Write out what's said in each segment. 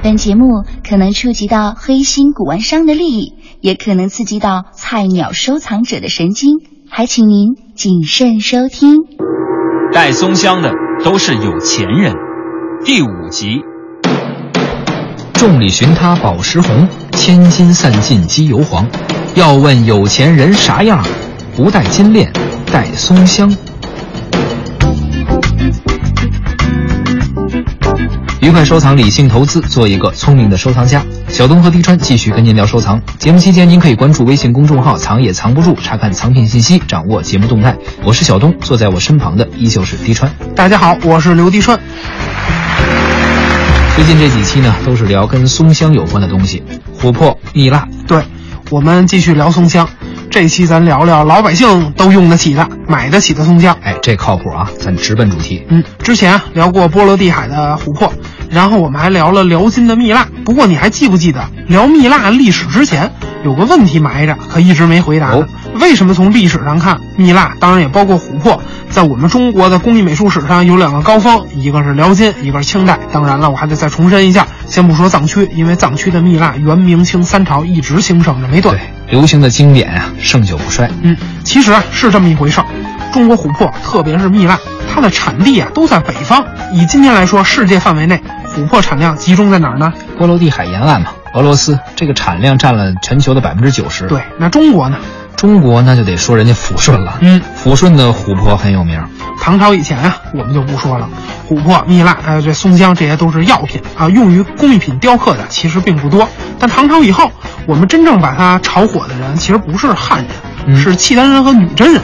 本节目可能触及到黑心古玩商的利益，也可能刺激到菜鸟收藏者的神经，还请您谨慎收听。带松香的都是有钱人。第五集，众里寻他宝石红，千金散尽机油黄。要问有钱人啥样，不戴金链，戴松香。愉快收藏，理性投资，做一个聪明的收藏家。小东和滴川继续跟您聊收藏。节目期间，您可以关注微信公众号“藏也藏不住”，查看藏品信息，掌握节目动态。我是小东，坐在我身旁的依旧是滴川。大家好，我是刘迪顺。最近这几期呢，都是聊跟松香有关的东西，琥珀、蜜蜡。对，我们继续聊松香。这期咱聊聊老百姓都用得起的、买得起的松香。哎，这靠谱啊！咱直奔主题。嗯，之前啊聊过波罗的海的琥珀，然后我们还聊了辽金的蜜蜡。不过你还记不记得聊蜜蜡历史之前有个问题埋着，可一直没回答呢？哦为什么从历史上看，蜜蜡当然也包括琥珀，在我们中国的工艺美术史上有两个高峰，一个是辽金，一个是清代。当然了，我还得再重申一下，先不说藏区，因为藏区的蜜蜡元、明、清三朝一直兴盛着，没断对。，流行的经典啊，盛久不衰。嗯，其实啊是这么一回事儿。中国琥珀，特别是蜜蜡，它的产地啊都在北方。以今天来说，世界范围内琥珀产量集中在哪儿呢？波罗的海沿岸嘛，俄罗斯这个产量占了全球的百分之九十。对，，那中国呢？中国那就得说人家抚顺了。嗯，抚顺的琥珀很有名。唐朝以前啊，我们就不说了，琥珀、蜜蜡，还有这松香，这些都是药品啊，用于工艺品雕刻的其实并不多。但唐朝以后，我们真正把它炒火的人，其实不是汉人，嗯是契丹人和女真人。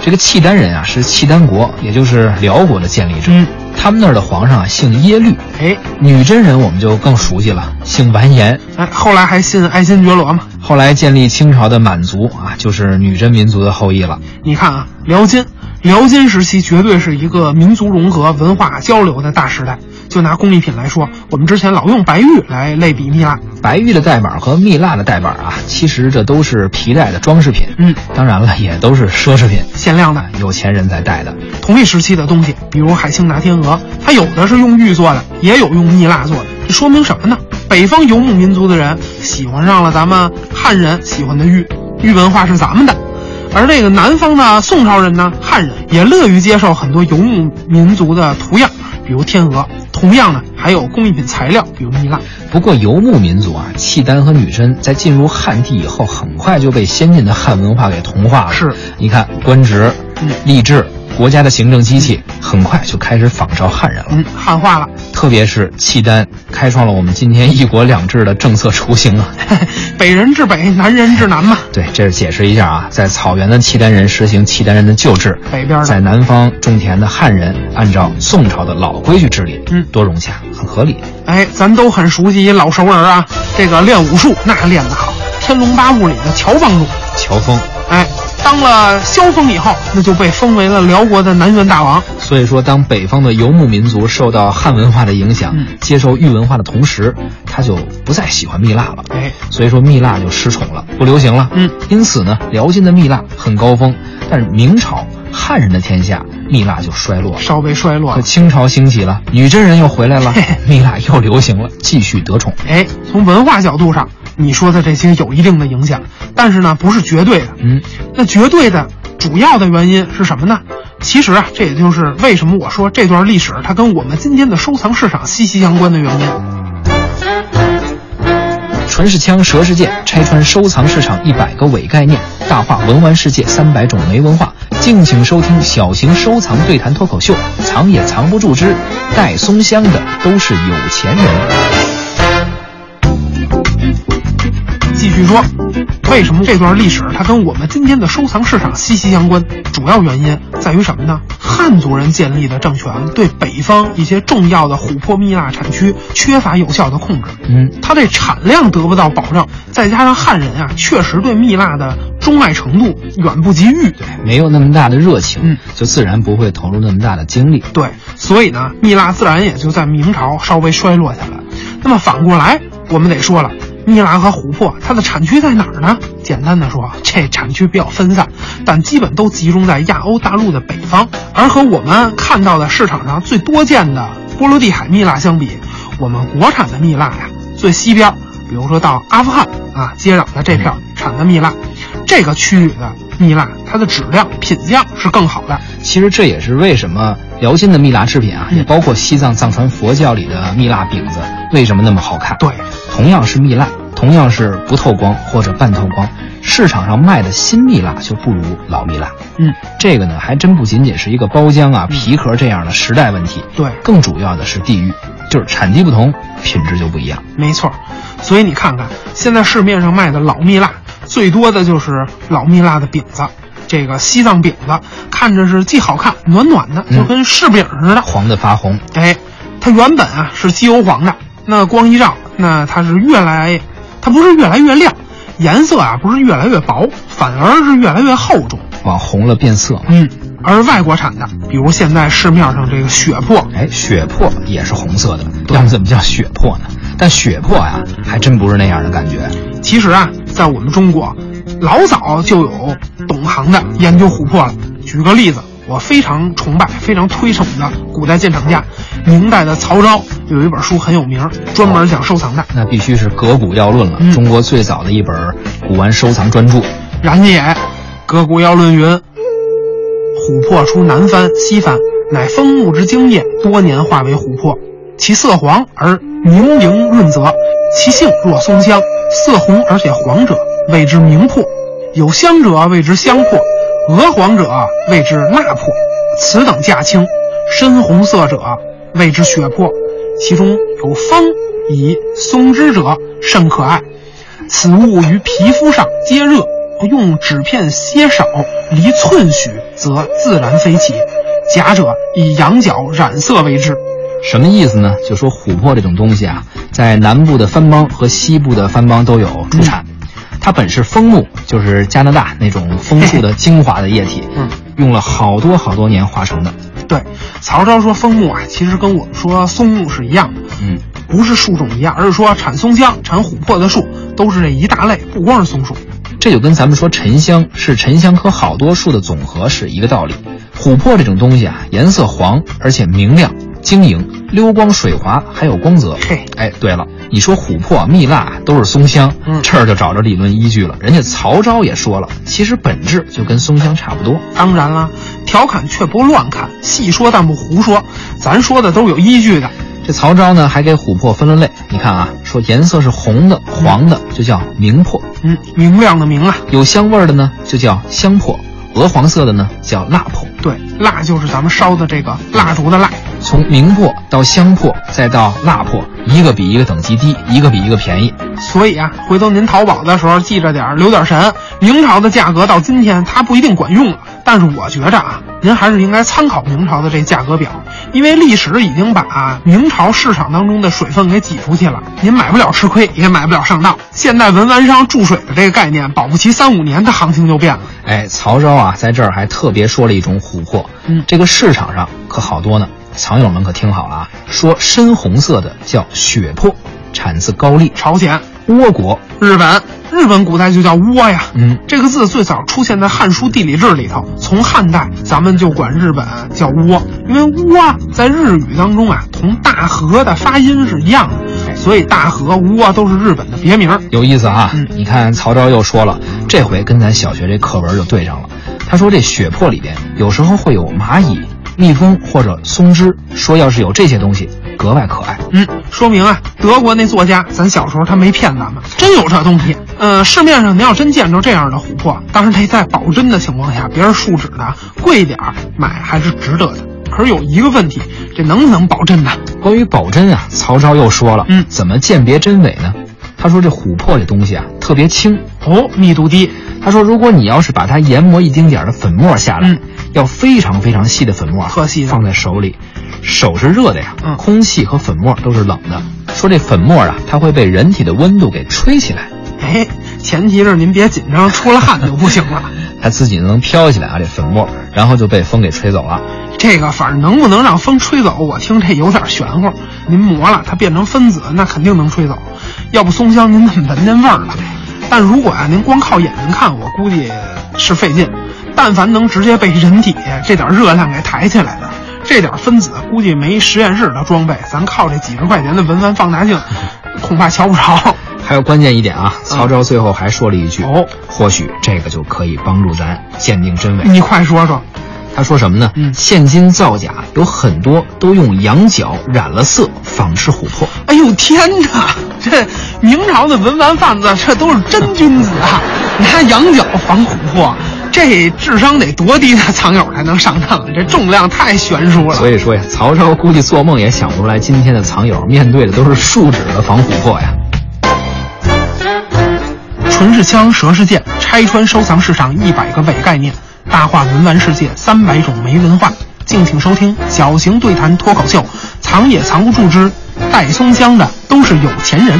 这个契丹人啊，是契丹国，也就是辽国的建立者。嗯他们那儿的皇上啊，姓耶律。哎，女真人我们就更熟悉了，姓完颜。哎，后来还信爱新觉罗嘛？后来建立清朝的满族啊，就是女真民族的后裔了。你看啊，辽金，辽金时期绝对是一个民族融合、文化交流的大时代。就拿工艺品来说，我们之前老用白玉来类比蜜蜡，白玉的带板和蜜蜡的带板啊，其实这都是皮带的装饰品。嗯，当然了，也都是奢侈品，限量的啊，有钱人才戴的。同一时期的东西，比如海星拿天鹅，它有的是用玉做的，也有用蜜蜡做的。这说明什么呢？北方游牧民族的人喜欢上了咱们汉人喜欢的玉，玉文化是咱们的。而这个南方的宋朝人呢，汉人也乐于接受很多游牧民族的图样，比如天鹅。同样呢，还有工艺品材料，比如蜜蜡。不过游牧民族啊，契丹和女真在进入汉地以后，很快就被先进的汉文化给同化了。是，你看官职嗯、吏治、国家的行政机器，很快就开始仿照汉人了。嗯，汉化了。 特别是契丹，开创了我们今天一国两制的政策雏形啊。北人治北，南人治南嘛。对，这是解释一下啊，在草原的契丹人实行契丹人的旧制，北边的在南方种田的汉人按照宋朝的老规矩治理，嗯多融洽，很合理。哎，咱都很熟悉一老熟人啊，这个练武术那练得好，《天龙八部》里的乔帮主。乔峰，哎，当了萧峰以后，那就被封为了辽国的南原大王。所以说，当北方的游牧民族受到汉文化的影响，嗯接受玉文化的同时，他就不再喜欢蜜蜡了。哎，所以说蜜蜡就失宠了，不流行了。嗯，因此呢，辽金的蜜蜡很高峰，但是明朝汉人的天下，蜜蜡就衰落了。稍微衰落可了。清朝兴起了，女真人又回来了嘿嘿，蜜蜡又流行了，继续得宠。哎，从文化角度上，你说的这些有一定的影响，但是呢，不是绝对的。嗯，那绝对的主要的原因是什么呢？其实啊，这也就是为什么我说这段历史它跟我们今天的收藏市场息息相关的原因。唇是嗯枪，舌是剑，拆穿收藏市场一百个伪概念，大话文玩世界三百种没文化。敬请收听小型收藏对谈脱口秀，《藏也藏不住之带松香的都是有钱人》。继续说，为什么这段历史它跟我们今天的收藏市场息息相关？主要原因在于什么呢？汉族人建立的政权对北方一些重要的琥珀蜜蜡产区缺乏有效的控制，嗯，它这产量得不到保障，再加上汉人啊确实对蜜蜡的钟爱程度远不及玉，对没有那么大的热情，嗯，就自然不会投入那么大的精力。对，所以呢，蜜蜡自然也就在明朝稍微衰落下来。那么反过来，我们得说了，蜜蜡和琥珀它的产区在哪儿呢？简单的说，这产区比较分散，但基本都集中在亚欧大陆的北方。而和我们看到的市场上最多见的波罗的海蜜蜡相比，我们国产的蜜蜡呀，最西边，比如说到阿富汗啊接壤的这片儿产的蜜蜡，这个区域的蜜蜡，它的质量品相是更好的。其实这也是为什么辽金的蜜蜡制品啊，嗯也包括西藏藏传佛教里的蜜蜡饼子，为什么那么好看？对，同样是蜜蜡，同样是不透光或者半透光，市场上卖的新蜜蜡就不如老蜜蜡。嗯，这个呢，还真不仅仅是一个包浆啊、嗯皮壳这样的时代问题，对。更主要的是地域，就是产地不同，品质就不一样。没错儿，所以你看看，现在市面上卖的老蜜蜡，最多的就是老蜜蜡的饼子，这个西藏饼子，看着是既好看暖暖的，嗯就跟柿饼似的。黄的发红，哎，它原本啊是机油黄的，那光一照，那它是越来，它不是越来越亮，颜色啊不是越来越薄，反而是越来越厚重。往红了变色嘛。嗯，而外国产的，比如现在市面上这个血珀，哎，血珀也是红色的，要不怎么叫血珀呢？但血珀呀、还真不是那样的感觉。其实啊，在我们中国，老早就有懂行的研究琥珀了。举个例子，我非常崇拜、非常推崇的古代鉴赏家，明代的曹昭有一本书很有名，专门讲收藏的。那必须是革古要论了，嗯中国最早的一本古玩收藏专著。然也，革古要论云：“琥珀出南番、西番，乃枫木之精液，多年化为琥珀。其色黄而凝莹润泽，其性若松香，色红而且黄者，谓之明珀；有香者谓之香珀，鹅黄者谓之蜡珀。此等价轻，深红色者谓之血珀。其中有方以松枝者，甚可爱。”此物于皮肤上皆热，不用纸片些少，离寸许，则自然飞起。假者以羊角染色为之。什么意思呢？就说琥珀这种东西啊，在南部的番邦和西部的番邦都有出产。它本是枫木，就是加拿大那种枫树的精华的液体，嗯，用了好多好多年化成的。对，曹昭说枫木啊，其实跟我们说松木是一样的，嗯，不是树种一样，而是说产松香、产琥珀的树都是这一大类，不光是松树。这就跟咱们说沉香是沉香科好多树的总和是一个道理。琥珀这种东西啊，颜色黄，而且明亮、晶莹、溜光、水滑，还有光泽。嘿，哎，对了，你说琥珀、蜜蜡啊都是松香，嗯这儿就找着理论依据了。人家曹昭也说了，其实本质就跟松香差不多。当然啦，调侃却不乱侃，细说但不胡说，咱说的都是有依据的。这曹昭呢，还给琥珀分了类。你看啊，说颜色是红的、黄的，就叫明珀；嗯，明亮的明啊，有香味儿的呢，就叫香珀；鹅黄色的呢，叫蜡珀。对，蜡就是咱们烧的这个蜡烛的蜡。从明破到香破，再到蜡破，一个比一个等级低，一个比一个便宜。所以啊，回头您淘宝的时候记着点儿，留点神。明朝的价格到今天它不一定管用了，但是我觉着啊，您还是应该参考明朝的这价格表，因为历史已经把、啊明朝市场当中的水分给挤出去了，您买不了吃亏，也买不了上当。现代文玩商注水的这个概念，保不齐三五年它行情就变了。哎，曹昭啊，在这儿还特别说了一种琥珀，嗯这个市场上可好多呢。藏友们可听好了啊，说深红色的叫血珀，产自高丽、朝鲜、倭国。日本，日本古代就叫倭呀，嗯，这个字最早出现在《汉书·地理志》里头。从汉代，咱们就管日本叫倭，因为倭啊在日语当中啊，同大和的发音是一样的，所以大和、倭啊都是日本的别名。有意思啊。嗯你看曹昭又说了，这回跟咱小学这课文就对上了。他说这血珀里边有时候会有蚂蚁、蜜蜂或者松枝，说要是有这些东西，格外可爱。嗯，说明啊，德国那作家，咱小时候他没骗咱们，真有这东西。呃，市面上您要真见着这样的琥珀，啊当然得在保真的情况下，别人树脂的贵一点儿买还是值得的。可是有一个问题，这能不能保真呢？关于保真啊，曹昭又说了，嗯怎么鉴别真伪呢？他说这琥珀这东西啊，特别轻，哦，密度低，他说，如果你要是把它研磨一丁点儿的粉末下来，嗯要非常非常细的粉末啊，特细的放在手里，手是热的呀，嗯空气和粉末都是冷的。说这粉末啊，它会被人体的温度给吹起来，哎，前提是您别紧张，出了汗就不行了。它自己能飘起来啊，这粉末，然后就被风给吹走了。这个反正能不能让风吹走，我听这有点玄乎。您磨了，它变成分子，那肯定能吹走。要不松香您怎么闻见味儿了？但如果啊，您光靠眼睛看，我估计是费劲。但凡能直接被人体这点热量给抬起来的，这点分子估计没实验室的装备，咱靠这几十块钱的文玩放大镜，恐怕瞧不着。还有关键一点啊，曹昭最后还说了一句，嗯哦或许这个就可以帮助咱鉴定真伪。你快说说，他说什么呢？嗯现今造假有很多都用羊角染了色，仿制琥珀。哎呦天哪，这明朝的文玩贩子，这都是真君子啊！拿羊角防琥珀，这智商得多低的 藏友才能上当？这重量太悬殊了。所以说呀，曹操估计做梦也想不出来，今天的藏友面对的都是树脂的仿琥珀呀。唇是枪，舌是剑，拆穿收藏市场一百个伪概念，大话文玩世界三百种没文化。敬请收听小型对谈脱口秀，藏也藏不住之带松香的都是有钱人。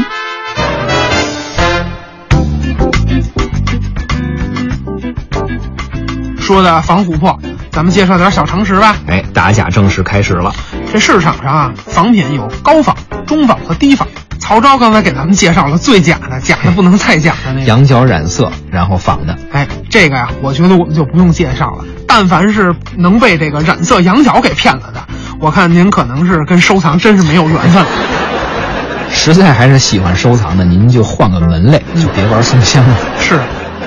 说的仿琥珀，咱们介绍点小常识吧。哎，打假正式开始了。这市场上啊，仿品有高仿、中仿和低仿。曹昭刚才给咱们介绍了最假的，假的不能再假的那个。羊角染色，然后仿的。哎，这个呀、我觉得我们就不用介绍了。但凡是能被这个染色羊角给骗了的，我看您可能是跟收藏真是没有缘分了。实在还是喜欢收藏的，您就换个门类，就别玩松香了。是，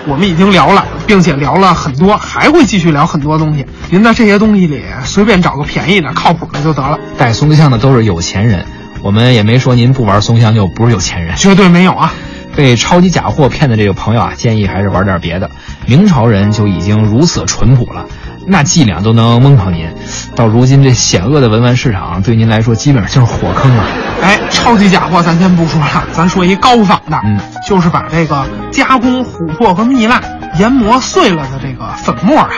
我们已经聊了，并且聊了很多，还会继续聊很多东西。您在这些东西里随便找个便宜的、靠谱的就得了，带松香的都是有钱人，我们也没说您不玩松香就不是有钱人。绝对没有啊。被超级假货骗的这个朋友啊，建议还是玩点别的。明朝人就已经如此淳朴了，那伎俩都能蒙上您。到如今这险恶的文玩市场，对您来说基本上就是火坑了。哎，超级假货咱先不说了，咱说一高仿的，嗯就是把这个加工琥珀和蜜蜡研磨碎了的这个粉末啊，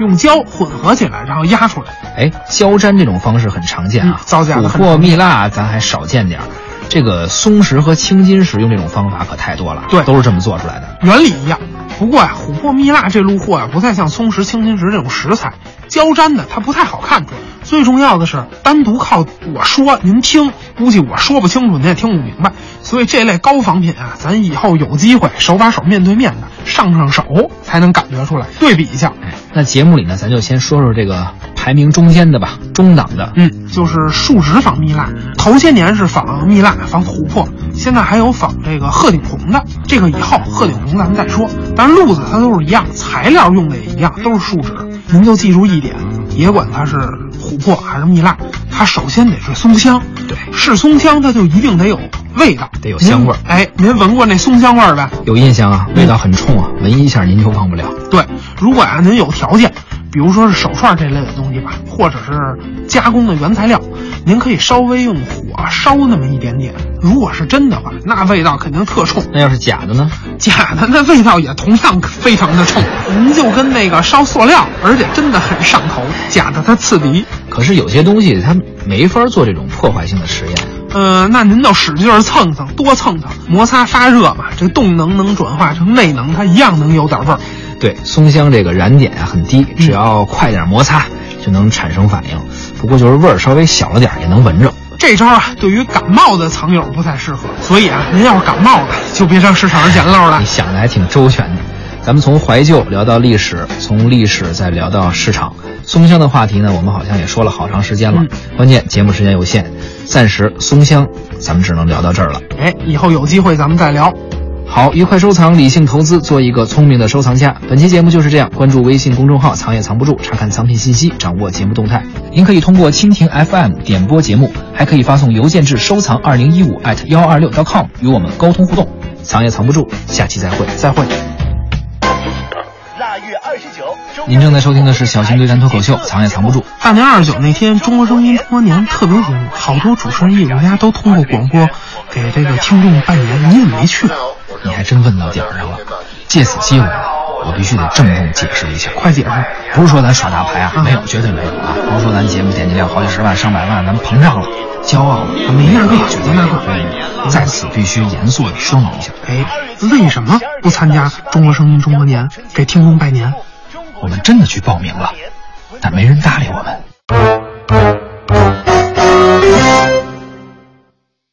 用胶混合起来，然后压出来。哎，胶粘这种方式很常见啊嗯，造假的琥很珀、蜜蜡咱还少见点儿，这个松石和青金石用这种方法可太多了，对都是这么做出来的。原理一样。不过呀、啊琥珀蜜蜡这路货呀、啊不太像松石、青金石这种石材，胶粘的它不太好看出来。最重要的是，单独靠我说您听，估计我说不清楚，您也听不明白。所以这类高仿品啊，咱以后有机会手把手、面对面的上上手，才能感觉出来，对比一下。哎，那节目里呢，咱就先说说这个排名中间的吧，中档的。嗯，就是树脂仿蜜蜡，头些年是仿蜜蜡、仿琥珀，现在还有仿这个鹤顶红的。这个以后鹤顶红咱们再说，但是路子它都是一样，材料用的也一样，都是树脂。您就记住一点，别管它是琥珀还是蜜蜡，它首先得是松香。对是松香，它就一定得有味道，得有香味儿您哎，您闻过那松香味儿呗？有印象嗯啊，味道很冲啊，闻一下您就忘不了。对，如果啊您有条件，比如说是手串这类的东西吧，或者是加工的原材料，您可以稍微用火啊烧那么一点点。如果是真的话，那味道肯定特冲；那要是假的呢？假的那味道也同样非常的冲。您就跟那个烧塑料，而且真的很上头，假的它刺鼻。可是有些东西它没法做这种破坏性的实验，呃，那您就使劲儿蹭蹭，多蹭蹭，摩擦发热嘛，这动能能转化成内能，它一样能有点味儿。对松香这个燃点啊很低，只要快点摩擦就能产生反应。不过就是味儿稍微小了点儿也能闻着。这招啊，对于感冒的藏友不太适合，所以啊，您要是感冒了，就别上市场上捡漏了你。想的还挺周全的。咱们从怀旧聊到历史，从历史再聊到市场。松香的话题呢，我们好像也说了好长时间了，关键节目时间有限，暂时松香咱们只能聊到这儿了。哎，以后有机会咱们再聊。好，愉快收藏，理性投资，做一个聪明的收藏家。本期节目就是这样，关注微信公众号“藏也藏不住”，查看藏品信息，掌握节目动态。您可以通过蜻蜓 FM 点播节目，还可以发送邮件至收藏二零一五 at 幺二六 .com 与我们沟通互动。藏也藏不住，下期再会。再会。腊月二十九，您正在收听的是小型对谈脱口秀，藏也藏不住。大年二十九那天，中国声音中国年特别红，好多主持人、艺术家都通过广播给这个听众拜年，你也没去过。啊你还真问到点儿上了。借此机会，啊我必须得郑重解释一下。快解释！不是说咱耍大牌啊，啊没有，绝对没有啊！不是说咱节目点击量好几十万、上百万，咱们膨胀了、骄傲了，没那个绝没对那没个有。在此必须严肃的说明一下，哎，为什么不参加中国声音中国年给听众拜年？我们真的去报名了，但没人搭理我们。